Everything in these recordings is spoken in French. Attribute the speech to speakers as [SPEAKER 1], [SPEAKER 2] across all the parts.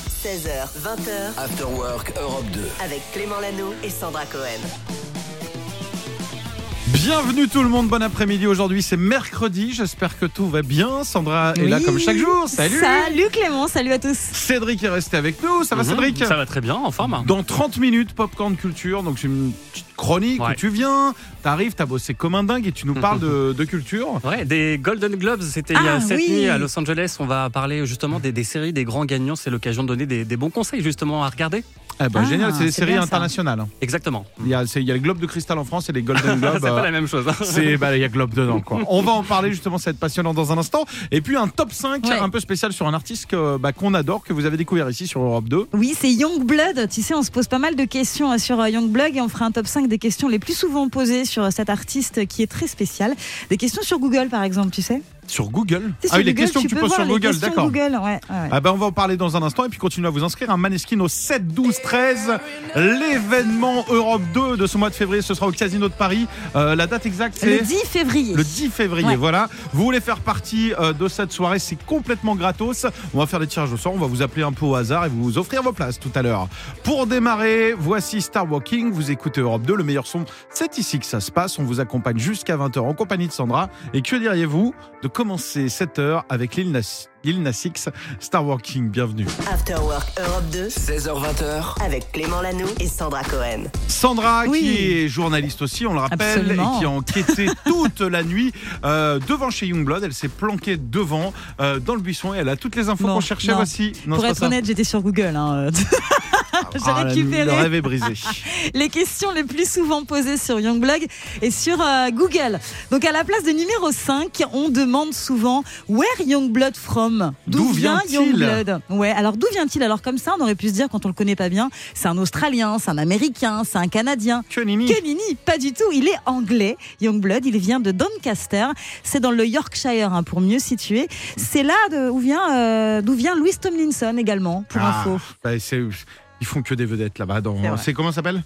[SPEAKER 1] 16h, 20h,
[SPEAKER 2] After Work Europe 2.
[SPEAKER 1] avec Clément Lano et Sandra Cohen.
[SPEAKER 3] Bienvenue tout le monde, bon après-midi. Aujourd'hui c'est mercredi, j'espère que tout va bien. Sandra est là
[SPEAKER 4] Oui.
[SPEAKER 3] comme chaque jour, salut
[SPEAKER 4] Salut Clément, salut à tous
[SPEAKER 3] Cédric est resté avec nous, ça va
[SPEAKER 5] Mhm.
[SPEAKER 3] Cédric
[SPEAKER 5] Ça va très bien, en forme.
[SPEAKER 3] Dans 30 minutes, Popcorn Culture, donc c'est une petite chronique où
[SPEAKER 5] Ouais. Mhm.
[SPEAKER 3] tu viens, t'arrives, t'as bossé comme un dingue et tu nous parles de, de culture.
[SPEAKER 5] Ouais, des Golden Globes, c'était il y
[SPEAKER 4] Ah,
[SPEAKER 5] a cette
[SPEAKER 4] oui.
[SPEAKER 5] nuit à Los Angeles. On va parler justement des, des séries, des grands gagnants. C'est l'occasion de donner des, des bons conseils justement à regarder.
[SPEAKER 3] Eh ben
[SPEAKER 4] Ah,
[SPEAKER 3] génial, c'est des
[SPEAKER 4] c'est
[SPEAKER 3] séries
[SPEAKER 4] bien ça.
[SPEAKER 3] internationales.
[SPEAKER 5] Exactement.
[SPEAKER 3] Il y, a, c'est- il y a le Globe de Cristal en France et les Golden
[SPEAKER 5] C'est
[SPEAKER 3] Globes.
[SPEAKER 5] pas
[SPEAKER 3] euh,
[SPEAKER 5] la même chose. hein.
[SPEAKER 3] C'est bah il y a globe dedans quoi. On va en parler justement, ça va être passionnant dans un instant. Et puis un top 5
[SPEAKER 4] Ouais.
[SPEAKER 3] un peu spécial sur un artiste que, bah, qu'on adore, que vous avez découvert ici sur Europe 2.
[SPEAKER 4] Oui, c'est Youngblood. Tu sais, on se pose pas mal de questions euh, sur euh, Youngblood et on fera un top 5 des questions les plus souvent posées sur euh, cet artiste qui est très spécial. Des questions sur Google, par exemple, tu sais.
[SPEAKER 3] Sur Google.
[SPEAKER 4] Tu
[SPEAKER 3] Ah
[SPEAKER 4] sais, sur
[SPEAKER 3] oui, les
[SPEAKER 4] Google,
[SPEAKER 3] questions que tu
[SPEAKER 4] peux
[SPEAKER 3] poses
[SPEAKER 4] voir
[SPEAKER 3] sur
[SPEAKER 4] les
[SPEAKER 3] Google,
[SPEAKER 4] questions
[SPEAKER 3] d'accord.
[SPEAKER 4] Google, ouais, ouais.
[SPEAKER 3] Ah bah on va en parler dans un instant et puis continuez à vous inscrire à Maneskin au 7, 12, 13. L'événement Europe 2 de ce mois de février, ce sera au Casino de Paris. Euh, la date exacte c'est
[SPEAKER 4] Le 10 février.
[SPEAKER 3] Le 10 février,
[SPEAKER 4] Ouais.
[SPEAKER 3] voilà. Vous voulez faire partie euh, de cette soirée, c'est complètement gratos. On va faire des tirages au sort, on va vous appeler un peu au hasard et vous offrir vos places tout à l'heure. Pour démarrer, voici Star Walking, vous écoutez Europe 2, le meilleur son, c'est ici que ça se passe. On vous accompagne jusqu'à 20h en compagnie de Sandra. Et que diriez-vous de commencer cette heure avec Lil Nas, Lil Nas X, Star Walking, bienvenue.
[SPEAKER 1] After Work Europe 2
[SPEAKER 2] 16h20h.
[SPEAKER 1] avec Clément Lano et Sandra Cohen.
[SPEAKER 3] Sandra,
[SPEAKER 4] Oui.
[SPEAKER 3] qui est journaliste aussi, on le rappelle,
[SPEAKER 4] Absolument.
[SPEAKER 3] et qui a enquêté toute la nuit euh, devant chez Youngblood. Elle s'est planquée devant, euh, dans le buisson, et elle a toutes les infos
[SPEAKER 4] Non,
[SPEAKER 3] qu'on cherchait.
[SPEAKER 4] non.
[SPEAKER 3] Voici. Non,
[SPEAKER 4] Pour
[SPEAKER 3] c'est
[SPEAKER 4] être
[SPEAKER 3] pas ça.
[SPEAKER 4] honnête, j'étais sur Google. hein. J'ai
[SPEAKER 3] Ah, Le
[SPEAKER 4] récupéré
[SPEAKER 3] rêve est brisé.
[SPEAKER 4] les questions les plus souvent posées sur Youngblood et sur euh, Google. Donc à la place de numéro 5, on demande souvent Where Youngblood from
[SPEAKER 3] D'où vient-il
[SPEAKER 4] Youngblood Ouais, alors d'où vient-il Alors comme ça, on aurait pu se dire quand on le connaît pas bien, c'est un Australien, c'est un Américain, c'est un Canadien.
[SPEAKER 3] Que nini.
[SPEAKER 4] Que nini, pas du tout. Il est anglais, Youngblood. Il vient de Doncaster. C'est dans le Yorkshire, hein, pour mieux situer. C'est là de- où vient, euh, d'où vient Louis Tomlinson également, pour
[SPEAKER 3] Ah,
[SPEAKER 4] info.
[SPEAKER 3] bah, c'est- ils font que des vedettes là-bas. dans-
[SPEAKER 4] C'est vrai.
[SPEAKER 3] C'est comment ça s'appelle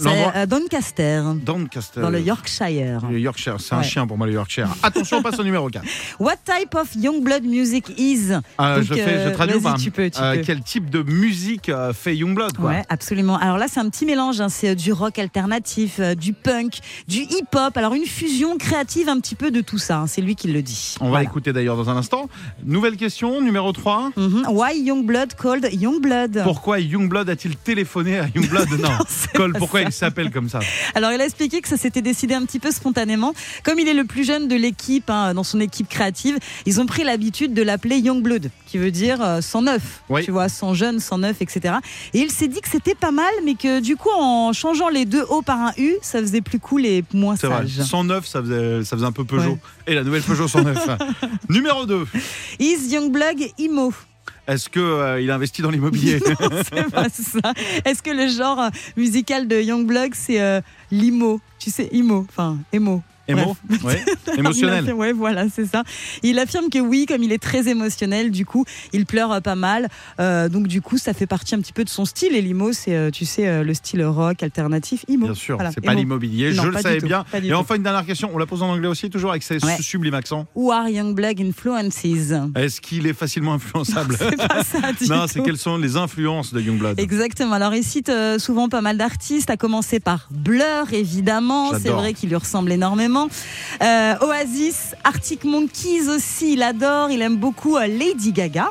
[SPEAKER 3] L'endroit Euh,
[SPEAKER 4] C'est euh, Doncaster,
[SPEAKER 3] Doncaster.
[SPEAKER 4] dans le Yorkshire.
[SPEAKER 3] Le Yorkshire, c'est un
[SPEAKER 4] Ouais.
[SPEAKER 3] chien pour moi, le Yorkshire. Attention, on passe au numéro 4.
[SPEAKER 4] What type of Youngblood music is Donc,
[SPEAKER 3] je, fais, je
[SPEAKER 4] euh,
[SPEAKER 3] traduis ou
[SPEAKER 4] vas-y,
[SPEAKER 3] pas
[SPEAKER 4] tu peux, tu peux.
[SPEAKER 3] Quel type de musique euh, fait Youngblood quoi
[SPEAKER 4] Ouais, absolument. Alors là, c'est un petit mélange. hein. C'est euh, du rock alternatif, euh, du punk, du hip-hop. Alors une fusion créative un petit peu de tout ça. hein. C'est lui qui le dit.
[SPEAKER 3] On va
[SPEAKER 4] Voilà.
[SPEAKER 3] l'écouter d'ailleurs dans un instant. Nouvelle question, numéro 3.
[SPEAKER 4] Mhm. Why Youngblood called Youngblood
[SPEAKER 3] Pourquoi Youngblood a-t-il téléphoné à Youngblood Non.
[SPEAKER 4] c'est
[SPEAKER 3] Cole,
[SPEAKER 4] pas
[SPEAKER 3] pourquoi
[SPEAKER 4] ça.
[SPEAKER 3] il s'appelle comme ça
[SPEAKER 4] Alors il a expliqué que ça s'était décidé un petit peu spontanément. Comme il est le plus jeune de l'équipe, hein, dans son équipe créative, ils ont pris l'habitude de l'appeler Youngblood, qui veut dire euh, 109.
[SPEAKER 3] Oui.
[SPEAKER 4] Tu vois, 100 jeunes, 109, etc. Et il s'est dit que c'était pas mal, mais que du coup, en changeant les deux O par un U, ça faisait plus cool et moins
[SPEAKER 3] C'est vrai.
[SPEAKER 4] sage.
[SPEAKER 3] 109, ça faisait, ça faisait un peu Peugeot.
[SPEAKER 4] Ouais.
[SPEAKER 3] Et la nouvelle Peugeot 109. Numéro 2.
[SPEAKER 4] Is Youngblood emo
[SPEAKER 3] Est-ce qu'il a investi dans l'immobilier
[SPEAKER 4] Non, c'est pas ça. Est-ce que le genre euh, musical de Youngblood, c'est euh, l'imo Tu sais, imo, enfin, emo.
[SPEAKER 3] Émo Oui.
[SPEAKER 4] Il
[SPEAKER 3] Émotionnel.
[SPEAKER 4] affirme- ouais, voilà, c'est ça. Il affirme que oui, comme il est très émotionnel, du coup, il pleure euh, pas mal. Euh, donc, du coup, ça fait partie un petit peu de son style. Et l'IMO, c'est, euh, tu sais, euh, le style rock alternatif. IMO.
[SPEAKER 3] Bien sûr,
[SPEAKER 4] Voilà,
[SPEAKER 3] c'est pas
[SPEAKER 4] emo.
[SPEAKER 3] l'immobilier,
[SPEAKER 4] Non,
[SPEAKER 3] je le
[SPEAKER 4] pas du
[SPEAKER 3] savais
[SPEAKER 4] tout,
[SPEAKER 3] bien.
[SPEAKER 4] pas du
[SPEAKER 3] Et
[SPEAKER 4] tout.
[SPEAKER 3] enfin, une dernière question, on la pose en anglais aussi, toujours avec ce
[SPEAKER 4] Ouais.
[SPEAKER 3] sublime accent.
[SPEAKER 4] Who are Youngblood influences
[SPEAKER 3] Est-ce qu'il est facilement influençable
[SPEAKER 4] C'est pas ça du
[SPEAKER 3] Non,
[SPEAKER 4] tout.
[SPEAKER 3] c'est quelles sont les influences de Youngblood
[SPEAKER 4] Exactement. Alors, il cite euh, souvent pas mal d'artistes, à commencer par Blur, évidemment. C'est
[SPEAKER 3] J'adore.
[SPEAKER 4] vrai qu'il lui ressemble énormément. Euh, Oasis, Arctic Monkeys aussi, il adore. Il aime beaucoup euh, Lady Gaga.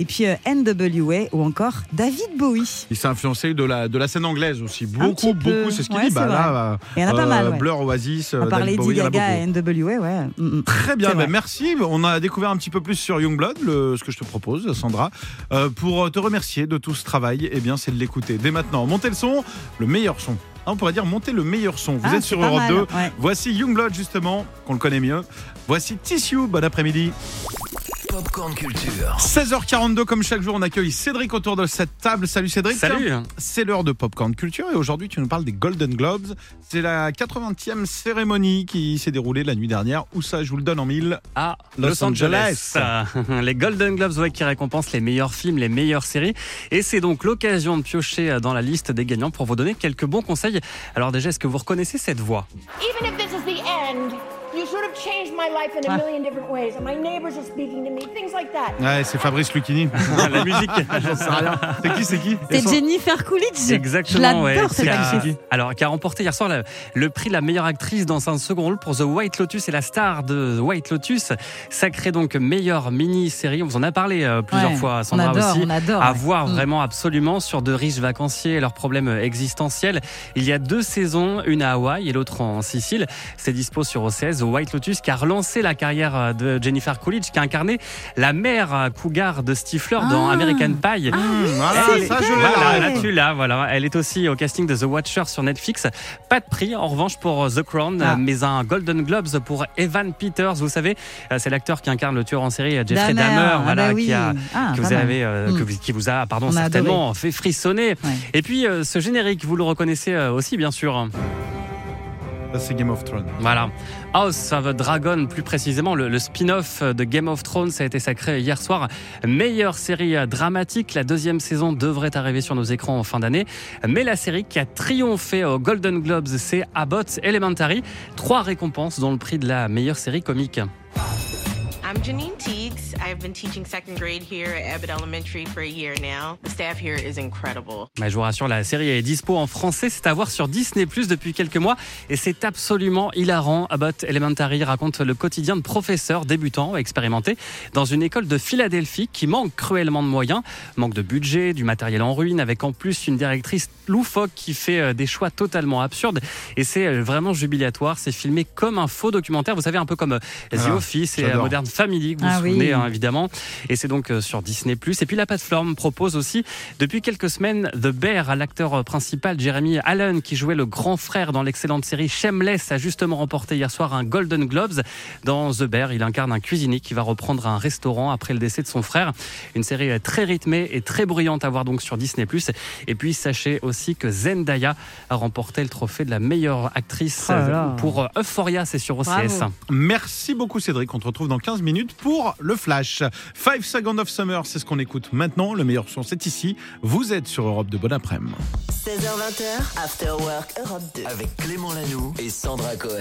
[SPEAKER 4] Et puis euh, NWA ou encore David Bowie.
[SPEAKER 3] Il s'est influencé de la, de la scène anglaise aussi. Beaucoup,
[SPEAKER 4] petit peu.
[SPEAKER 3] beaucoup, c'est ce qu'il
[SPEAKER 4] Ouais,
[SPEAKER 3] dit. Bah,
[SPEAKER 4] c'est
[SPEAKER 3] là, bah,
[SPEAKER 4] Il y en a pas mal. ouais.
[SPEAKER 3] Blur, Oasis,
[SPEAKER 4] à
[SPEAKER 3] euh,
[SPEAKER 4] part
[SPEAKER 3] David
[SPEAKER 4] Lady
[SPEAKER 3] Bowie, il y en a beaucoup.
[SPEAKER 4] Gaga et NWA, ouais. Mm, mm.
[SPEAKER 3] Très bien,
[SPEAKER 4] C'est
[SPEAKER 3] ben
[SPEAKER 4] vrai.
[SPEAKER 3] merci. On a découvert un petit peu plus sur Youngblood, le- ce que je te propose, Sandra. Euh, pour te remercier de tout ce travail, eh bien, c'est de l'écouter. Dès maintenant, montez le son, le meilleur son. Hein, on pourrait dire monter le meilleur son. Vous
[SPEAKER 4] Ah,
[SPEAKER 3] êtes
[SPEAKER 4] c'est
[SPEAKER 3] sur
[SPEAKER 4] pas
[SPEAKER 3] Europe
[SPEAKER 4] mal,
[SPEAKER 3] 2.
[SPEAKER 4] ouais.
[SPEAKER 3] Voici Youngblood, justement, qu'on le connaît mieux. Voici Tissue, bon après-midi.
[SPEAKER 2] Popcorn Culture.
[SPEAKER 3] 16h42, comme chaque jour, on accueille Cédric autour de cette table. Salut Cédric.
[SPEAKER 5] Salut.
[SPEAKER 3] C'est l'heure de Popcorn Culture et aujourd'hui tu nous parles des Golden Globes. C'est la 80e cérémonie qui s'est déroulée la nuit dernière. Où ça, je vous le donne en mille.
[SPEAKER 5] à
[SPEAKER 3] Los
[SPEAKER 5] Los,
[SPEAKER 3] Angeles.
[SPEAKER 5] Angeles. Les Golden Globes ouais, qui récompensent les meilleurs films, les meilleures séries. Et c'est donc l'occasion de piocher euh, dans la liste des gagnants pour vous donner quelques bons conseils. Alors déjà, est-ce que vous reconnaissez cette voix
[SPEAKER 6] Even if this is the end, You sort of changed my life
[SPEAKER 4] Ah.
[SPEAKER 6] in a million different ways, and my neighbors are speaking to me, things like that.
[SPEAKER 3] Ouais, c'est Fabrice Lucchini.
[SPEAKER 5] la musique.
[SPEAKER 3] J'en sais rien. C'est qui, c'est qui
[SPEAKER 4] C'est Jennifer Coolidge.
[SPEAKER 5] Exactement,
[SPEAKER 4] Je
[SPEAKER 5] ouais.
[SPEAKER 4] l'adore
[SPEAKER 5] C'est
[SPEAKER 4] cette
[SPEAKER 5] la-
[SPEAKER 4] actrice.
[SPEAKER 5] Alors, qui a remporté hier soir la- le prix de la meilleure actrice dans un second rôle pour The White Lotus et la star de The White Lotus, sacrée donc meilleure mini-série. On vous en a parlé euh, plusieurs
[SPEAKER 4] Ouais,
[SPEAKER 5] fois,
[SPEAKER 4] On
[SPEAKER 5] Sandra
[SPEAKER 4] adore,
[SPEAKER 5] aussi.
[SPEAKER 4] on adore.
[SPEAKER 5] à
[SPEAKER 4] ouais.
[SPEAKER 5] voir
[SPEAKER 4] Mm.
[SPEAKER 5] vraiment absolument sur de riches vacanciers et leurs problèmes existentiels. Il y a deux saisons, une à Hawaï et l'autre en Sicile. C'est dispo sur OCS, The White Lotus, qui a relancé la carrière euh, de Jennifer Coolidge, qui a incarné la mère euh, cougar de Stifler dans
[SPEAKER 4] Ah.
[SPEAKER 5] American Pie.
[SPEAKER 3] Hum, voilà,
[SPEAKER 4] c'est
[SPEAKER 3] ça, je l'ai
[SPEAKER 5] Voilà,
[SPEAKER 3] là.
[SPEAKER 5] là, tu l'as, voilà. Elle est aussi au casting de The Watcher sur Netflix. Pas de prix, en revanche, pour euh, The Crown,
[SPEAKER 4] Ah.
[SPEAKER 5] mais un Golden Globes pour Evan Peters. Vous savez, euh, c'est l'acteur qui incarne le tueur en série euh, Jeffrey Dahmer,
[SPEAKER 4] ah
[SPEAKER 5] voilà,
[SPEAKER 4] bah oui.
[SPEAKER 5] qui a,
[SPEAKER 4] Ah,
[SPEAKER 5] que
[SPEAKER 4] pas
[SPEAKER 5] vous
[SPEAKER 4] mal.
[SPEAKER 5] avez, euh,
[SPEAKER 4] Mm.
[SPEAKER 5] que vous- qui vous a, pardon,
[SPEAKER 4] On a
[SPEAKER 5] certainement fait frissonner.
[SPEAKER 4] Ouais.
[SPEAKER 5] Et puis euh, ce générique, vous le reconnaissez euh, aussi, bien sûr.
[SPEAKER 3] Ça, c'est Game of Thrones.
[SPEAKER 5] Voilà, House of Dragon, plus précisément le, le spin-off de Game of Thrones, a été sacré hier soir. Meilleure série euh, dramatique, la deuxième saison devrait arriver sur nos écrans en fin d'année. Mais la série qui a triomphé aux Golden Globes, c'est Abbott Elementary. Trois récompenses, dont le prix de la meilleure série comique.
[SPEAKER 7] I'm Janine Teagues. I've been teaching second grade here at Abbott Elementary for a year now. The staff here is incredible.
[SPEAKER 5] Bah, je vous rassure, la série est dispo en français, c'est à voir sur Disney Plus depuis quelques mois et c'est absolument hilarant. Abbott Elementary raconte le quotidien de professeurs débutants expérimentés dans une école de Philadelphie qui manque cruellement de moyens, manque de budget, du matériel en ruine, avec en plus une directrice loufoque qui fait euh, des choix totalement absurdes et c'est euh, vraiment jubilatoire. C'est filmé comme un faux documentaire, vous savez, un peu comme euh, The
[SPEAKER 3] Ah,
[SPEAKER 5] Office et euh,
[SPEAKER 3] j'adore.
[SPEAKER 5] Modern Family que vous
[SPEAKER 4] Ah
[SPEAKER 5] vous
[SPEAKER 4] oui.
[SPEAKER 5] souvenez hein, évidemment. Et c'est donc euh, sur Disney+. Et puis la plateforme propose aussi depuis quelques semaines, The Bear, à l'acteur euh, principal Jeremy Allen, qui jouait le grand frère dans l'excellente série Shameless, a justement remporté hier soir un Golden Globes. Dans The Bear, il incarne un cuisinier qui va reprendre un restaurant après le décès de son frère. Une série euh, très rythmée et très bruyante à voir donc sur Disney+. Et puis sachez aussi que Zendaya a remporté le trophée de la meilleure actrice euh,
[SPEAKER 4] Oh là là.
[SPEAKER 5] pour Euphoria, c'est sur OCS.
[SPEAKER 4] Bravo.
[SPEAKER 3] Merci beaucoup, Cédric. On te retrouve dans 15 minutes pour le Flash. 5 Seconds of Summer, c'est ce qu'on écoute maintenant. Le meilleur son, c'est ici. Vous êtes sur Europe de Bon Après-midi.
[SPEAKER 1] 16h20h, After Work Europe 2.
[SPEAKER 2] Avec Clément Lanoux et Sandra Cohen.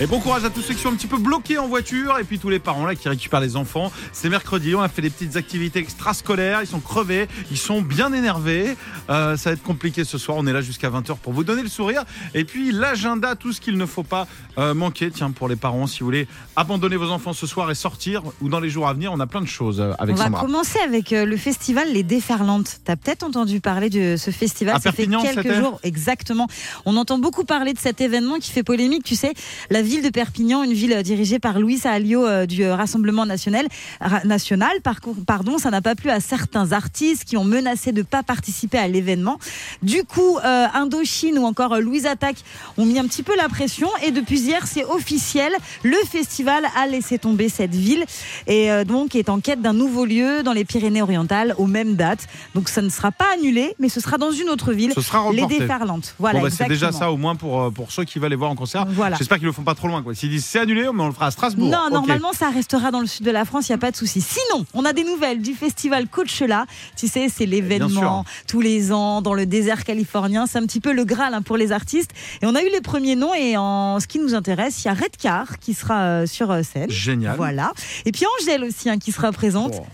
[SPEAKER 3] Et bon courage à tous ceux qui sont un petit peu bloqués en voiture et puis tous les parents là qui récupèrent les enfants. C'est mercredi, on a fait des petites activités extrascolaires, ils sont crevés, ils sont bien énervés. Euh, ça va être compliqué ce soir, on est là jusqu'à 20h pour vous donner le sourire. Et puis l'agenda, tout ce qu'il ne faut pas euh, manquer, tiens, pour les parents, si vous voulez abandonner vos enfants ce soir et sortir ou dans les jours à venir, on a plein de choses euh, avec
[SPEAKER 4] On va
[SPEAKER 3] Sandra.
[SPEAKER 4] commencer avec euh, le festival Les Déferlantes. T'as peut-être entendu parler de ce festival.
[SPEAKER 3] À
[SPEAKER 4] ça fait
[SPEAKER 3] Perpignan,
[SPEAKER 4] quelques
[SPEAKER 3] Ah, c'était
[SPEAKER 4] jours. Exactement. On entend beaucoup parler de cet événement qui fait polémique. Tu sais, la ville de Perpignan, une ville euh, dirigée par Luis Alio euh, du euh, Rassemblement National. Ra- national par, con- pardon, ça n'a pas plu à certains artistes qui ont menacé de ne pas participer à l'événement. Du coup, euh, Indochine ou encore euh, Louise Attaque ont mis un petit peu la pression. Et depuis hier, c'est officiel. Le festival a laissé tomber cette ville et euh, donc est en quête d'un nouveau lieu dans les Pyrénées-Orientales aux mêmes dates. Donc ça ne sera pas annulé, mais ce sera dans une autre ville.
[SPEAKER 3] Ce sera
[SPEAKER 4] Les
[SPEAKER 3] reporté.
[SPEAKER 4] déferlantes. Voilà,
[SPEAKER 3] Bon, bah, c'est déjà
[SPEAKER 4] exactement.
[SPEAKER 3] ça au moins pour, euh, pour ceux qui veulent les voir en concert.
[SPEAKER 4] Voilà.
[SPEAKER 3] J'espère qu'ils le font pas trop loin. quoi. S'ils disent c'est annulé, mais on le fera à Strasbourg.
[SPEAKER 4] Non,
[SPEAKER 3] Ok.
[SPEAKER 4] normalement, ça restera dans le sud de la France, il n'y a pas de souci. Sinon, on a des nouvelles du festival Coachella. Tu sais,
[SPEAKER 3] Eh,
[SPEAKER 4] c'est l'événement tous les ans dans le désert californien. C'est un petit peu le Graal hein, pour les artistes. Et on a eu les premiers noms. Et en ce qui nous intéresse, il y a Redcar qui sera euh, sur euh, scène.
[SPEAKER 3] Génial.
[SPEAKER 4] Voilà. Et puis Angèle aussi hein, qui sera présente.
[SPEAKER 3] Bon.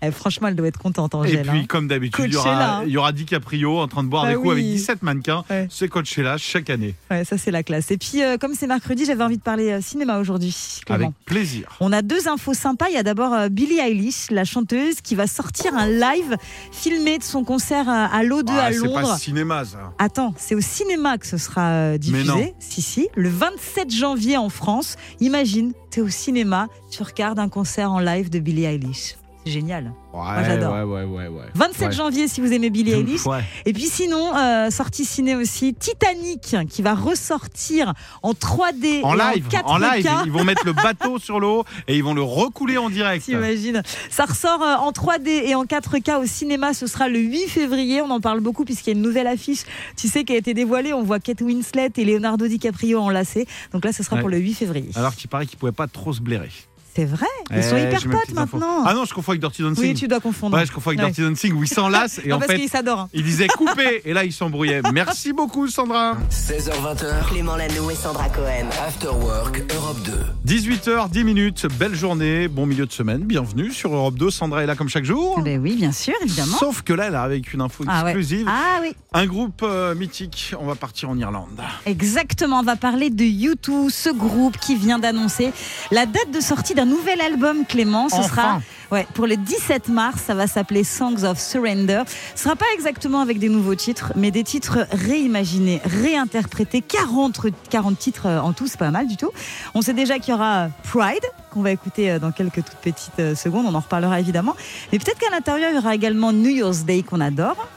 [SPEAKER 4] Eh, franchement, elle doit être contente,
[SPEAKER 3] Et
[SPEAKER 4] Angèle.
[SPEAKER 3] puis,
[SPEAKER 4] hein.
[SPEAKER 3] comme d'habitude, il y
[SPEAKER 4] Coachella,
[SPEAKER 3] aura,
[SPEAKER 4] hein.
[SPEAKER 3] il y aura DiCaprio en train de boire
[SPEAKER 4] Bah
[SPEAKER 3] des coups avec
[SPEAKER 4] oui.
[SPEAKER 3] 17 mannequins.
[SPEAKER 4] Ouais.
[SPEAKER 3] C'est Coachella chaque année.
[SPEAKER 4] Ouais, ça, c'est la classe. Et puis, euh, comme c'est mercredi, j'avais envie de parler euh, cinéma aujourd'hui. Clément.
[SPEAKER 3] Avec plaisir.
[SPEAKER 4] On a deux infos sympas. Il y a d'abord euh, Billie Eilish, la chanteuse, qui va sortir un live filmé de son concert euh, à l'O2
[SPEAKER 3] Ah,
[SPEAKER 4] à
[SPEAKER 3] c'est pas
[SPEAKER 4] Londres.
[SPEAKER 3] cinéma, ça.
[SPEAKER 4] Attends, c'est au cinéma que ce sera euh,
[SPEAKER 3] Mais non.
[SPEAKER 4] diffusé. Si, si. Le 27 janvier en France. Imagine, t'es au cinéma, tu regardes un concert en live de Billie Eilish. C'est génial.
[SPEAKER 3] Ouais,
[SPEAKER 4] j'adore.
[SPEAKER 3] ouais, ouais, ouais, ouais.
[SPEAKER 4] 27
[SPEAKER 3] Ouais. Mmh,
[SPEAKER 4] janvier si vous aimez Billie Eilish.
[SPEAKER 3] Ouais.
[SPEAKER 4] Et puis sinon, euh, sortie ciné aussi, Titanic, qui va ressortir en 3D
[SPEAKER 3] En
[SPEAKER 4] et
[SPEAKER 3] live,
[SPEAKER 4] en 4K.
[SPEAKER 3] en live, ils vont mettre le bateau sur l'eau et ils vont le recouler en direct.
[SPEAKER 4] T'imagines Ça ressort euh, en 3D et en 4K au cinéma. Ce sera le 8 février. On en parle beaucoup puisqu'il y a une nouvelle affiche, tu sais, qui a été dévoilée. On voit Kate Winslet et Leonardo DiCaprio enlacés. Donc là, ce sera
[SPEAKER 3] Ouais.
[SPEAKER 4] pour le 8 février.
[SPEAKER 3] Alors qu'il paraît qu'ils pouvaient pas trop se blairer.
[SPEAKER 4] C'est vrai. Ils sont
[SPEAKER 3] Eh,
[SPEAKER 4] hyper
[SPEAKER 3] j'ai mes
[SPEAKER 4] potes
[SPEAKER 3] petites infos.
[SPEAKER 4] maintenant.
[SPEAKER 3] Ah non, je confonds avec Dirty Dancing.
[SPEAKER 4] oui, tu dois confondre.
[SPEAKER 3] Ouais, je confonds avec
[SPEAKER 4] Ouais.
[SPEAKER 3] Dirty Dancing où ils s'enlacent et
[SPEAKER 4] Non,
[SPEAKER 3] en
[SPEAKER 4] parce
[SPEAKER 3] fait,
[SPEAKER 4] qu'ils s'adorent. hein.
[SPEAKER 3] ils disaient couper et là ils s'embrouillaient. Merci beaucoup, Sandra.
[SPEAKER 2] 16h20h,
[SPEAKER 1] Clément Lano et Sandra Cohen.
[SPEAKER 2] After Work Europe 2.
[SPEAKER 3] 18h10 minutes, belle journée, bon milieu de semaine, bienvenue sur Europe 2. Sandra est là comme chaque jour.
[SPEAKER 4] Ah ben oui, bien sûr, évidemment.
[SPEAKER 3] Sauf que là, elle arrive avec une info
[SPEAKER 4] Ah ouais.
[SPEAKER 3] exclusive.
[SPEAKER 4] Ah oui,
[SPEAKER 3] Un groupe euh, mythique, on va partir en Irlande.
[SPEAKER 4] exactement. On va parler de U2, ce groupe qui vient d'annoncer la date de sortie d'un nouvel album, Clément. Ce
[SPEAKER 3] Enfin.
[SPEAKER 4] sera ouais, pour le 17 mars. Ça va s'appeler Songs of Surrender. Ce sera pas exactement avec des nouveaux titres, mais des titres réimaginés, réinterprétés. 40, 40 titres euh, en tout, c'est pas mal du tout. On sait déjà qu'il y aura euh, Pride, qu'on va écouter euh, dans quelques toutes petites euh, secondes. On en reparlera évidemment. Mais peut-être qu'à l'intérieur, il y aura également New Year's Day qu'on adore.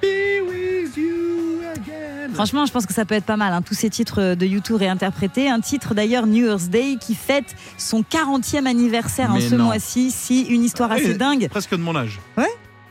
[SPEAKER 3] Be with you again.
[SPEAKER 4] Franchement, je pense que ça peut être pas mal, hein, tous ces titres de YouTube réinterprétés. Un titre d'ailleurs, New Year's Day, qui fête son 40e anniversaire en
[SPEAKER 3] Mais
[SPEAKER 4] ce
[SPEAKER 3] non.
[SPEAKER 4] mois-ci. Si, une histoire assez
[SPEAKER 3] Oui,
[SPEAKER 4] dingue.
[SPEAKER 3] Presque de mon âge.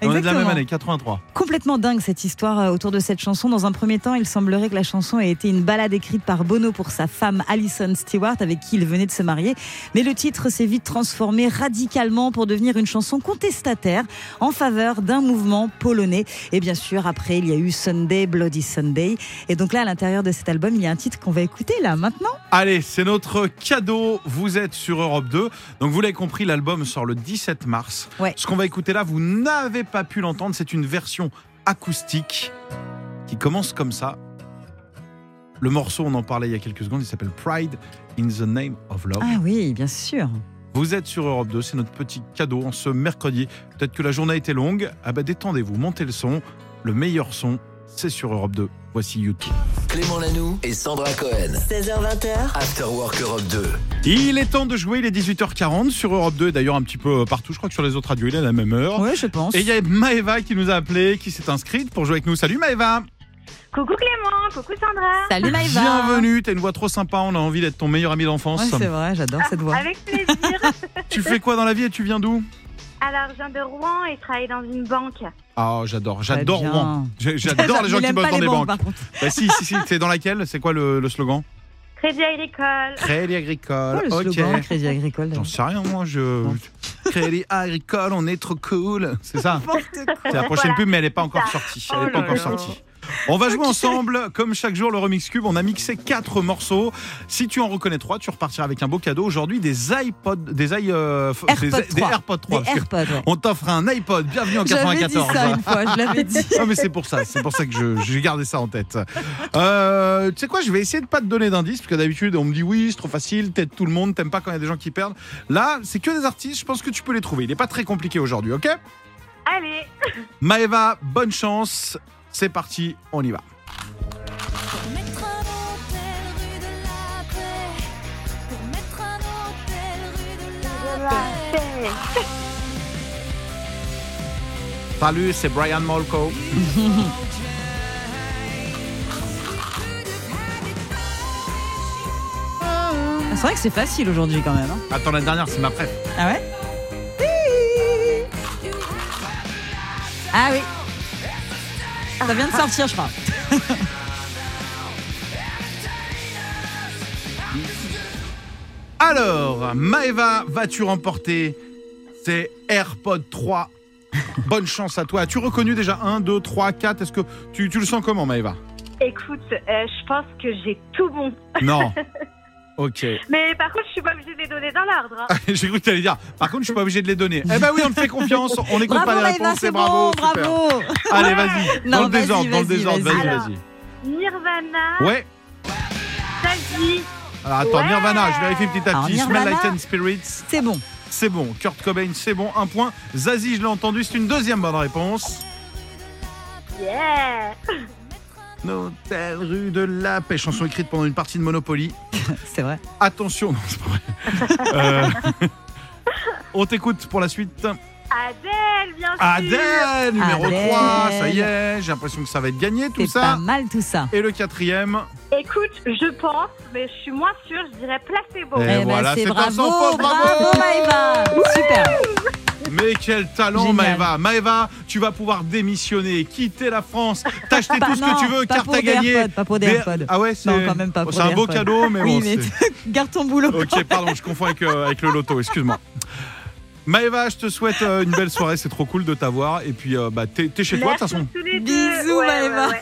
[SPEAKER 3] Et On est de la
[SPEAKER 4] Exactement.
[SPEAKER 3] même année, 83.
[SPEAKER 4] Complètement dingue cette histoire euh, autour de cette chanson. Dans un premier temps, il semblerait que la chanson ait été une balade écrite par Bono pour sa femme Alison Stewart, avec qui il venait de se marier. Mais le titre s'est vite transformé radicalement pour devenir une chanson contestataire en faveur d'un mouvement polonais. Et bien sûr, après, il y a eu Sunday, Bloody Sunday. Et donc là, à l'intérieur de cet album, il y a un titre qu'on va écouter là maintenant.
[SPEAKER 3] Allez, c'est notre cadeau. Vous êtes sur Europe 2. Donc, vous l'avez compris, l'album sort le 17 mars.
[SPEAKER 4] Ouais.
[SPEAKER 3] Ce qu'on va écouter là, vous n'avez pas pu l'entendre. C'est une version acoustique qui commence comme ça. Le morceau, on en parlait il y a quelques secondes, il s'appelle Pride in the Name of Love.
[SPEAKER 4] Ah oui, bien sûr.
[SPEAKER 3] Vous êtes sur Europe 2, c'est notre petit cadeau en ce mercredi. Peut-être que la journée a été longue. Ah bah détendez-vous, montez le son. Le meilleur son, c'est sur Europe 2. Voici YouTube.
[SPEAKER 2] Clément Lanoux et Sandra Cohen.
[SPEAKER 1] 16h20h,
[SPEAKER 2] After Work Europe 2.
[SPEAKER 3] Il est temps de jouer, il est 18h40 sur Europe 2 et d'ailleurs un petit peu euh, partout, je crois que sur les autres radios il est à la même heure.
[SPEAKER 4] Oui, je pense.
[SPEAKER 3] Et il y a Maëva qui nous a appelé, qui s'est inscrite pour jouer avec nous. Salut Maëva
[SPEAKER 8] Coucou Clément, coucou Sandra.
[SPEAKER 4] Salut Maïva.
[SPEAKER 3] Bienvenue, t'as une voix trop sympa, on a envie d'être ton meilleur ami
[SPEAKER 4] Ouais,
[SPEAKER 3] d'enfance.
[SPEAKER 4] c'est vrai, j'adore cette voix.
[SPEAKER 8] Avec plaisir.
[SPEAKER 3] tu fais quoi dans la vie et tu viens d'où
[SPEAKER 8] Alors, je viens de Rouen et je travaille dans une banque.
[SPEAKER 3] Ah j'adore, j'adore
[SPEAKER 4] bien.
[SPEAKER 3] Rouen. J'ai- J'adore les gens
[SPEAKER 4] Il
[SPEAKER 3] qui
[SPEAKER 4] aime
[SPEAKER 3] bossent
[SPEAKER 4] pas
[SPEAKER 3] dans
[SPEAKER 4] les
[SPEAKER 3] des banques.
[SPEAKER 4] par contre.
[SPEAKER 3] Bah, si, si, si, t'es dans laquelle C'est quoi le, le slogan
[SPEAKER 8] Crédit agricole.
[SPEAKER 3] Crédit agricole,
[SPEAKER 4] Oh, le
[SPEAKER 3] ok.
[SPEAKER 4] slogan Crédit Agricole.
[SPEAKER 3] J'en sais rien moi, je... Crédit agricole, on est trop cool, c'est ça C'est la prochaine
[SPEAKER 8] Voilà.
[SPEAKER 3] pub, mais elle n'est pas encore sortie. Elle
[SPEAKER 8] Oh
[SPEAKER 3] est pas
[SPEAKER 8] là
[SPEAKER 3] encore
[SPEAKER 8] là.
[SPEAKER 3] sortie. On va jouer ensemble, comme chaque jour, le Remix Cube. On a mixé quatre morceaux. Si tu en reconnais trois, tu repartiras avec un beau cadeau. Aujourd'hui, des iPod, des, i- euh, f-
[SPEAKER 4] AirPod
[SPEAKER 3] des, des
[SPEAKER 4] 3.
[SPEAKER 3] AirPod 3.
[SPEAKER 4] Des
[SPEAKER 3] parce que
[SPEAKER 4] AirPods, ouais.
[SPEAKER 3] on t'offre un iPod. Bienvenue en
[SPEAKER 4] J'avais dit
[SPEAKER 3] 94.
[SPEAKER 4] ça une fois, je l'avais dit.
[SPEAKER 3] Ah, mais c'est pour ça, c'est pour ça que je- j'ai gardé ça en tête. Euh, tu sais quoi, je vais essayer de pas te donner d'indices, parce que d'habitude on me dit oui, c'est trop facile, t'aides tout le monde, t'aimes pas quand il y a des gens qui perdent. Là, c'est que des artistes, je pense que tu peux les trouver. Il est pas très compliqué aujourd'hui, ok
[SPEAKER 8] Allez,
[SPEAKER 3] Maeva, bonne chance. C'est parti, on y va. Salut, c'est Brian Molko.
[SPEAKER 4] Ah, C'est vrai que c'est facile aujourd'hui quand même. hein.
[SPEAKER 3] Attends, la dernière, c'est ma préf.
[SPEAKER 4] Ah ouais Ah oui. Ça vient de sortir, je crois.
[SPEAKER 3] Alors, Maeva, vas-tu remporter ces AirPods 3 Bonne chance à toi. As-tu reconnu déjà 1, 2, 3, 4 Est-ce que tu, tu le sens comment, Maeva
[SPEAKER 8] écoute, euh, je pense que j'ai tout bon.
[SPEAKER 3] Non. Ok.
[SPEAKER 8] Mais par contre, je suis pas obligée de les donner dans l'ordre. hein.
[SPEAKER 4] Ah.
[SPEAKER 3] J'ai cru que tu allais dire. Par contre, je suis pas obligé de les donner. Eh ben oui, on te fait confiance. On n'écoute
[SPEAKER 4] Bravo,
[SPEAKER 3] pas les
[SPEAKER 4] Maïva,
[SPEAKER 3] réponses.
[SPEAKER 4] c'est
[SPEAKER 3] et
[SPEAKER 4] bon,
[SPEAKER 3] bravo. super.
[SPEAKER 4] bravo.
[SPEAKER 3] Allez, vas-y.
[SPEAKER 4] Non,
[SPEAKER 3] Dans le
[SPEAKER 4] vas-y,
[SPEAKER 3] désordre, dans le
[SPEAKER 4] vas-y,
[SPEAKER 3] désordre. Vas-y,
[SPEAKER 8] vas-y.
[SPEAKER 3] vas-y.
[SPEAKER 8] Nirvana,
[SPEAKER 3] Ouais.
[SPEAKER 8] Saji,
[SPEAKER 3] Alors, attends,
[SPEAKER 8] Ouais.
[SPEAKER 3] Nirvana, je vérifie petit à
[SPEAKER 4] Alors,
[SPEAKER 3] petit. Smell
[SPEAKER 4] Nirvana.
[SPEAKER 3] Light and Spirits.
[SPEAKER 4] C'est bon.
[SPEAKER 3] C'est bon. Kurt Cobain, c'est bon. Un point. Zazie, je l'ai entendu. C'est une deuxième bonne réponse.
[SPEAKER 8] yeah.
[SPEAKER 3] Notel rue de la paix. Chanson écrite pendant une partie de Monopoly.
[SPEAKER 4] C'est vrai.
[SPEAKER 3] Attention. Non, c'est pas vrai. Euh, On t'écoute pour la suite.
[SPEAKER 8] Adèle, bien sûr.
[SPEAKER 3] Adèle, numéro
[SPEAKER 4] Adèle.
[SPEAKER 3] 3, ça y est, j'ai l'impression que ça va être gagné tout
[SPEAKER 4] C'est pas
[SPEAKER 3] ça.
[SPEAKER 4] mal tout ça.
[SPEAKER 3] Et le quatrième,
[SPEAKER 8] Écoute, je pense, mais je suis moins sûre, je dirais placebo.
[SPEAKER 3] Eh,
[SPEAKER 4] Eh ben,
[SPEAKER 3] voilà,
[SPEAKER 4] c'est
[SPEAKER 3] c'est un
[SPEAKER 4] bravo,
[SPEAKER 3] sans faute,
[SPEAKER 4] bravo,
[SPEAKER 3] bravo.
[SPEAKER 4] Maëva. Super.
[SPEAKER 3] mais quel talent
[SPEAKER 4] Génial.
[SPEAKER 3] Maëva Maëva, tu vas pouvoir démissionner, quitter la France, t'acheter
[SPEAKER 4] Bah
[SPEAKER 3] tout ce
[SPEAKER 4] non,
[SPEAKER 3] que tu veux
[SPEAKER 4] pas
[SPEAKER 3] car
[SPEAKER 4] pour
[SPEAKER 3] t'as
[SPEAKER 4] des
[SPEAKER 3] gagné.
[SPEAKER 4] AirPods, pas pour des
[SPEAKER 3] Des-
[SPEAKER 4] AirPods.
[SPEAKER 3] Ah ouais, c'est
[SPEAKER 4] Non, quand même pas pour
[SPEAKER 3] c'est un
[SPEAKER 4] des
[SPEAKER 3] beau
[SPEAKER 4] AirPods.
[SPEAKER 3] cadeau, mais bon.
[SPEAKER 4] oui, mais
[SPEAKER 3] c'est-
[SPEAKER 4] garde ton boulot.
[SPEAKER 3] Ok, pardon, je confonds avec, euh, avec le loto, excuse-moi. Maëva, je te souhaite euh, une belle soirée, c'est trop cool de t'avoir. Et puis, euh, bah, t'es t'es chez toi de toute façon.
[SPEAKER 8] Tous les deux.
[SPEAKER 4] Bisous,
[SPEAKER 8] Ouais, ouais,
[SPEAKER 4] Maëva.
[SPEAKER 8] ouais.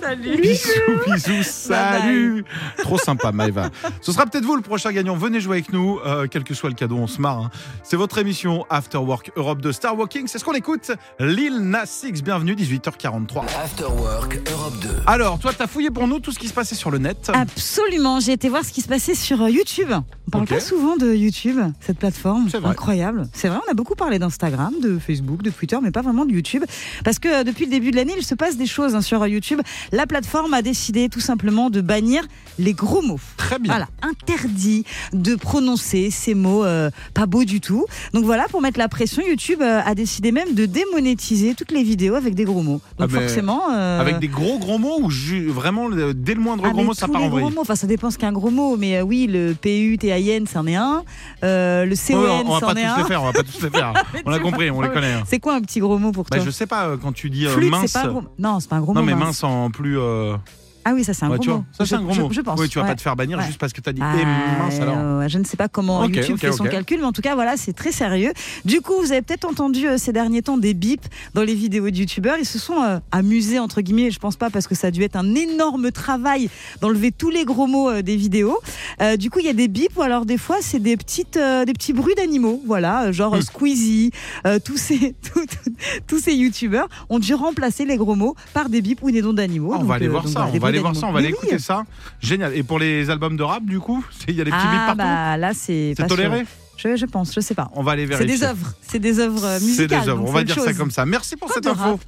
[SPEAKER 4] Salut.
[SPEAKER 3] Bisous, bisous, salut. Trop sympa, Maëva. Ce sera peut-être vous le prochain gagnant. Venez jouer avec nous, euh, quel que soit le cadeau, on se marre. hein. C'est votre émission After Work Europe de Star Walking. C'est ce qu'on écoute. Lil Nas X, bienvenue, 18h43.
[SPEAKER 2] After Work Europe 2.
[SPEAKER 3] Alors, toi, t'as fouillé pour nous tout ce qui se passait sur le net.
[SPEAKER 4] Ah, bah, Absolument, j'ai été voir ce qui se passait sur euh, YouTube. On parle
[SPEAKER 3] Ok.
[SPEAKER 4] pas souvent de YouTube, cette plateforme.
[SPEAKER 3] C'est vrai.
[SPEAKER 4] Incroyable. C'est vrai, on a beaucoup parlé d'Instagram, de Facebook, de Twitter, mais pas vraiment de YouTube. Parce que euh, depuis le début de l'année, il se passe des choses hein, sur euh, YouTube. La plateforme a décidé tout simplement de bannir les gros mots.
[SPEAKER 3] Très bien.
[SPEAKER 4] Voilà, interdit de prononcer ces mots euh, pas beaux du tout. Donc voilà, pour mettre la pression, YouTube euh, a décidé même de démonétiser toutes les vidéos avec des gros mots.
[SPEAKER 3] Ah,
[SPEAKER 4] Donc
[SPEAKER 3] mais
[SPEAKER 4] forcément. euh,
[SPEAKER 3] Avec des gros, gros mots ou ju- vraiment euh, dès le moindre
[SPEAKER 4] ah,
[SPEAKER 3] gros
[SPEAKER 4] mais
[SPEAKER 3] mot, ça
[SPEAKER 4] tous
[SPEAKER 3] part
[SPEAKER 4] les
[SPEAKER 3] en
[SPEAKER 4] gros
[SPEAKER 3] vrille
[SPEAKER 4] mots. Enfin, ça dépend ce qu'est un gros mot, mais euh, oui, le PUTIN, c'en est un. Euh, le
[SPEAKER 3] Ouais,
[SPEAKER 4] CON,
[SPEAKER 3] on, on va pas
[SPEAKER 4] c'en est
[SPEAKER 3] tous les
[SPEAKER 4] un.
[SPEAKER 3] faire, on va pas tous les faire.
[SPEAKER 4] Mais
[SPEAKER 3] on l'a
[SPEAKER 4] tu
[SPEAKER 3] compris,
[SPEAKER 4] vois,
[SPEAKER 3] on les connaît. hein.
[SPEAKER 4] C'est quoi un petit gros mot pour toi
[SPEAKER 3] Bah, je sais pas, euh, quand tu dis euh,
[SPEAKER 4] Flûte,
[SPEAKER 3] mince.
[SPEAKER 4] c'est pas un gros mot. Non, c'est pas un gros
[SPEAKER 3] non,
[SPEAKER 4] mot.
[SPEAKER 3] mais
[SPEAKER 4] mince.
[SPEAKER 3] mince en plus. euh,
[SPEAKER 4] Ah oui, ça, c'est un
[SPEAKER 3] ouais,
[SPEAKER 4] gros
[SPEAKER 3] tu vois,
[SPEAKER 4] mot.
[SPEAKER 3] ça, c'est
[SPEAKER 4] Je-
[SPEAKER 3] un gros
[SPEAKER 4] je-
[SPEAKER 3] mot.
[SPEAKER 4] Je, pense.
[SPEAKER 3] Oui, tu vas
[SPEAKER 4] ouais.
[SPEAKER 3] pas te faire bannir
[SPEAKER 4] Ouais.
[SPEAKER 3] juste parce que t'as dit
[SPEAKER 4] Ah,
[SPEAKER 3] eh, mince alors.
[SPEAKER 4] euh, ouais, je ne sais pas comment
[SPEAKER 3] Ok,
[SPEAKER 4] YouTube
[SPEAKER 3] ok,
[SPEAKER 4] fait son
[SPEAKER 3] ok.
[SPEAKER 4] calcul, mais en tout cas, voilà, c'est très sérieux. Du coup, vous avez peut-être entendu euh, ces derniers temps des bips dans les vidéos de YouTubeurs. Ils se sont euh, amusés, entre guillemets, je pense pas, parce que ça a dû être un énorme travail d'enlever tous les gros mots euh, des vidéos. Euh, du coup, il y a des bips, ou alors des fois, c'est des, petites, euh, des petits bruits d'animaux, voilà, euh,
[SPEAKER 3] Hmm.
[SPEAKER 4] genre euh, Squeezie, euh, tous ces, tous- tous- tous ces YouTubeurs ont dû remplacer les gros mots par des bips ou des noms d'animaux.
[SPEAKER 3] Ah, on
[SPEAKER 4] Donc,
[SPEAKER 3] va aller
[SPEAKER 4] euh,
[SPEAKER 3] voir
[SPEAKER 4] donc,
[SPEAKER 3] ça,
[SPEAKER 4] voilà, des
[SPEAKER 3] on va
[SPEAKER 4] bruits
[SPEAKER 3] aller voir ça,
[SPEAKER 4] d'animaux.
[SPEAKER 3] on va aller
[SPEAKER 4] Mais oui.
[SPEAKER 3] écouter ça. Génial. Et pour les albums de rap, du coup, c'est- il y a des petits
[SPEAKER 4] Ah,
[SPEAKER 3] bips partout.
[SPEAKER 4] bah là, c'est
[SPEAKER 3] C'est
[SPEAKER 4] pas sûr.
[SPEAKER 3] toléré
[SPEAKER 4] Je, je pense, je sais pas.
[SPEAKER 3] On va aller
[SPEAKER 4] C'est
[SPEAKER 3] vérifier.
[SPEAKER 4] des œuvres, c'est des œuvres euh,
[SPEAKER 3] C'est
[SPEAKER 4] musicales.
[SPEAKER 3] des œuvres,
[SPEAKER 4] donc
[SPEAKER 3] on va
[SPEAKER 4] c'est
[SPEAKER 3] dire
[SPEAKER 4] autre
[SPEAKER 3] ça
[SPEAKER 4] chose.
[SPEAKER 3] comme ça. Merci pour
[SPEAKER 4] Pas
[SPEAKER 3] cette
[SPEAKER 4] de
[SPEAKER 3] info.
[SPEAKER 4] rap.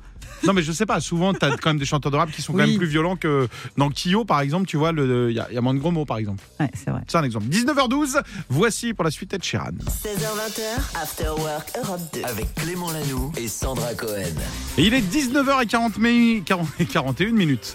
[SPEAKER 3] Non, mais je sais pas, souvent, t'as quand même des chanteurs de rap qui sont quand
[SPEAKER 4] Oui.
[SPEAKER 3] même plus violents que dans Kyo, par exemple. Tu vois, le- il y, a- il y a moins de gros mots, par exemple.
[SPEAKER 4] Ouais, c'est vrai.
[SPEAKER 3] C'est un exemple. 19h12, voici pour la suite Ed Sheeran.
[SPEAKER 1] 16h20, After Work Europe 2.
[SPEAKER 2] Avec Clément Lanoux et Sandra Cohen.
[SPEAKER 3] Et il est 19h40 mais 40 et 41 minutes.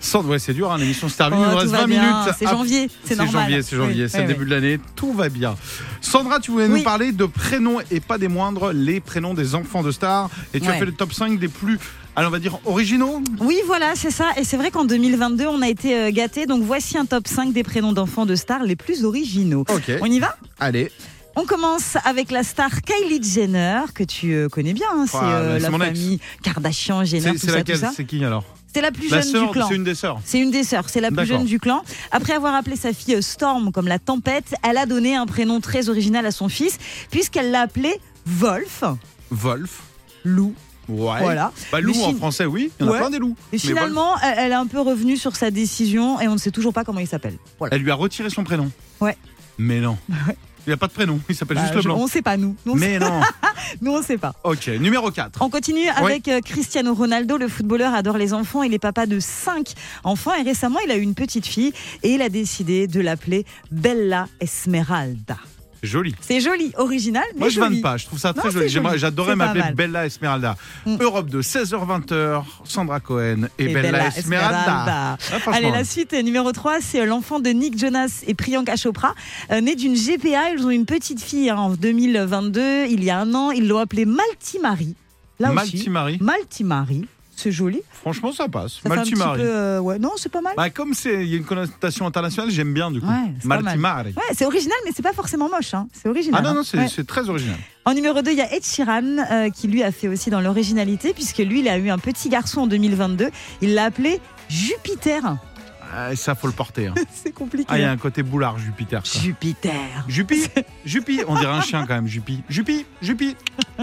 [SPEAKER 3] Sans, ouais, c'est dur, hein, l'émission se termine.
[SPEAKER 4] Oh,
[SPEAKER 3] il nous
[SPEAKER 4] tout
[SPEAKER 3] reste
[SPEAKER 4] va
[SPEAKER 3] 20
[SPEAKER 4] bien,
[SPEAKER 3] minutes.
[SPEAKER 4] c'est
[SPEAKER 3] Ah,
[SPEAKER 4] janvier, c'est normal.
[SPEAKER 3] janvier, c'est janvier,
[SPEAKER 4] Oui,
[SPEAKER 3] c'est
[SPEAKER 4] oui,
[SPEAKER 3] le début de l'année, tout va bien. Sandra, tu voulais
[SPEAKER 4] Oui.
[SPEAKER 3] nous parler de prénoms et pas des moindres, les prénoms des enfants de stars. Et tu as
[SPEAKER 4] Ouais.
[SPEAKER 3] fait le top 5 des plus, alors on va dire, originaux.
[SPEAKER 4] Oui, voilà, c'est ça. Et c'est vrai qu'en 2022, on a été euh, gâtés. Donc voici un top 5 des prénoms d'enfants de stars les plus originaux.
[SPEAKER 3] Ok,
[SPEAKER 4] On y va
[SPEAKER 3] allez.
[SPEAKER 4] On commence avec la star Kylie Jenner, que tu euh, connais bien. hein, c'est
[SPEAKER 3] Ah,
[SPEAKER 4] euh,
[SPEAKER 3] c'est
[SPEAKER 4] la
[SPEAKER 3] mon ex.
[SPEAKER 4] famille Kardashian, Jenner,
[SPEAKER 3] C'est
[SPEAKER 4] tout
[SPEAKER 3] c'est
[SPEAKER 4] ça, tout
[SPEAKER 3] laquelle
[SPEAKER 4] ça.
[SPEAKER 3] C'est qui alors
[SPEAKER 4] C'est la plus
[SPEAKER 3] La
[SPEAKER 4] jeune du
[SPEAKER 3] sœur,
[SPEAKER 4] clan.
[SPEAKER 3] c'est une des sœurs.
[SPEAKER 4] C'est une des sœurs, c'est la plus
[SPEAKER 3] D'accord.
[SPEAKER 4] jeune du clan. Après avoir appelé sa fille euh, Storm comme la tempête, elle a donné un prénom très original à son fils, puisqu'elle l'a appelé Wolf.
[SPEAKER 3] Wolf.
[SPEAKER 4] Loup.
[SPEAKER 3] Ouais.
[SPEAKER 4] Voilà.
[SPEAKER 3] Bah, loup
[SPEAKER 4] Mais
[SPEAKER 3] en
[SPEAKER 4] fin-
[SPEAKER 3] français, oui. Il y en
[SPEAKER 4] Ouais.
[SPEAKER 3] a plein des loups. Mais
[SPEAKER 4] Et
[SPEAKER 3] Wolf,
[SPEAKER 4] finalement, elle, elle est un peu revenue sur sa décision et on ne sait toujours pas comment il s'appelle. Voilà.
[SPEAKER 3] elle lui a retiré son prénom.
[SPEAKER 4] Ouais.
[SPEAKER 3] Mais non. Il n'y a pas de prénom, il s'appelle juste
[SPEAKER 4] Bah,
[SPEAKER 3] le
[SPEAKER 4] je-
[SPEAKER 3] blanc.
[SPEAKER 4] on ne sait pas, nous. Nous, on
[SPEAKER 3] Mais non.
[SPEAKER 4] sait- nous, on ne sait pas.
[SPEAKER 3] Ok, numéro 4.
[SPEAKER 4] On continue avec euh, Cristiano Ronaldo, le footballeur adore les enfants. Il est papa de 5 enfants et récemment, il a eu une petite fille et il a décidé de l'appeler Bella Esmeralda.
[SPEAKER 3] Joli.
[SPEAKER 4] C'est joli, original, mais
[SPEAKER 3] Moi, je
[SPEAKER 4] joli.
[SPEAKER 3] vanne pas. Je trouve ça très
[SPEAKER 4] Non,
[SPEAKER 3] joli.
[SPEAKER 4] c'est
[SPEAKER 3] J'aimerais-
[SPEAKER 4] joli.
[SPEAKER 3] J'adorais
[SPEAKER 4] C'est pas
[SPEAKER 3] m'appeler
[SPEAKER 4] mal.
[SPEAKER 3] Bella Esmeralda.
[SPEAKER 4] Mm.
[SPEAKER 3] Europe de 16h-20h, Sandra Cohen et,
[SPEAKER 4] Et
[SPEAKER 3] Bella,
[SPEAKER 4] Bella
[SPEAKER 3] Esmeralda.
[SPEAKER 4] Esmeralda.
[SPEAKER 3] Ah, franchement.
[SPEAKER 4] Allez, la suite, euh, numéro 3, c'est euh, l'enfant de Nick Jonas et Priyanka Chopra. Euh, née d'une GPA, ils ont une petite fille hein, en 2022, il y a un an. Ils l'ont appelée Malty Marie. Là
[SPEAKER 3] Malty
[SPEAKER 4] aussi.
[SPEAKER 3] Marie.
[SPEAKER 4] Malty Marie. C'est joli.
[SPEAKER 3] Franchement, ça passe.
[SPEAKER 4] Ça fait un
[SPEAKER 3] Malty
[SPEAKER 4] petit
[SPEAKER 3] Marie.
[SPEAKER 4] peu, euh, ouais. Non, c'est pas mal.
[SPEAKER 3] Bah, comme c'est- il y a une connotation internationale, j'aime bien du coup.
[SPEAKER 4] Ouais, c'est pas
[SPEAKER 3] Malty
[SPEAKER 4] mal.
[SPEAKER 3] Marie.
[SPEAKER 4] Ouais, c'est original, mais c'est pas forcément moche. hein. C'est original.
[SPEAKER 3] Ah non,
[SPEAKER 4] hein.
[SPEAKER 3] non, c'est
[SPEAKER 4] Ouais.
[SPEAKER 3] c'est très original.
[SPEAKER 4] En numéro 2, il y a Ed Sheeran, euh, qui lui a fait aussi dans l'originalité, puisque lui, il a eu un petit garçon en 2022. Il l'a appelé Jupiter.
[SPEAKER 3] Ah, ça, faut le porter. hein.
[SPEAKER 4] c'est compliqué. hein.
[SPEAKER 3] Ah, il y a un côté boulard, Jupiter. quoi.
[SPEAKER 4] Jupiter.
[SPEAKER 3] Jupi, Jupi, on dirait un chien quand même, Jupi. Jupi, Jupi,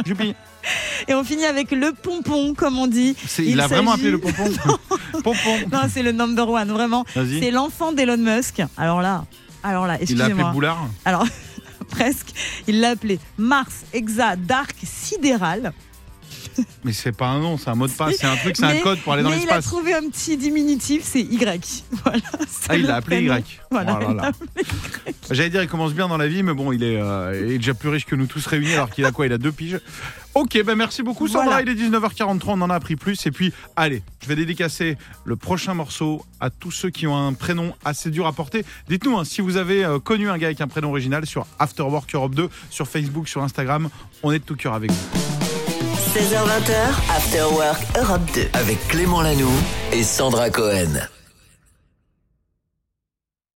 [SPEAKER 3] Jupi.
[SPEAKER 4] Et on finit avec le pompon, comme on dit.
[SPEAKER 3] C'est- Il,
[SPEAKER 4] Il
[SPEAKER 3] a vraiment
[SPEAKER 4] s'agit-
[SPEAKER 3] appelé le pompon. pompon.
[SPEAKER 4] Non, c'est le number one, vraiment. C'est
[SPEAKER 3] Vas-y.
[SPEAKER 4] l'enfant d'Elon Musk. Alors là, alors là,
[SPEAKER 3] Il l'a appelé
[SPEAKER 4] excusez-moi.
[SPEAKER 3] Boulard.
[SPEAKER 4] Alors, presque. Il l'a appelé Mars Hexa Dark Sidéral.
[SPEAKER 3] Mais c'est pas un nom, c'est un mot de passe, c'est un truc, c'est
[SPEAKER 4] Mais-
[SPEAKER 3] un code pour aller dans
[SPEAKER 4] mais il a
[SPEAKER 3] l'espace.
[SPEAKER 4] trouvé un petit diminutif, c'est Y. Voilà, c'est
[SPEAKER 3] Ah, il
[SPEAKER 4] le
[SPEAKER 3] l'a appelé
[SPEAKER 4] prénom.
[SPEAKER 3] Y. Oh
[SPEAKER 4] Voilà,
[SPEAKER 3] là
[SPEAKER 4] il l'a
[SPEAKER 3] là.
[SPEAKER 4] appelé Y.
[SPEAKER 3] J'allais dire, il commence bien dans la vie, mais bon, il est, euh, il est déjà plus riche que nous tous réunis, alors qu'il a quoi Il a deux piges. Ok, ben merci beaucoup, Sandra.
[SPEAKER 4] Voilà.
[SPEAKER 3] Il est 19h43, on en a appris plus. Et puis, allez, je vais dédicacer le prochain morceau à tous ceux qui ont un prénom assez dur à porter. Dites-nous hein, si vous avez euh, connu un gars avec un prénom original sur Afterwork Europe 2, sur Facebook, sur Instagram. On est de tout cœur avec vous.
[SPEAKER 1] 16h20, After Work Europe 2.
[SPEAKER 2] Avec Clément Lanoux et Sandra Cohen.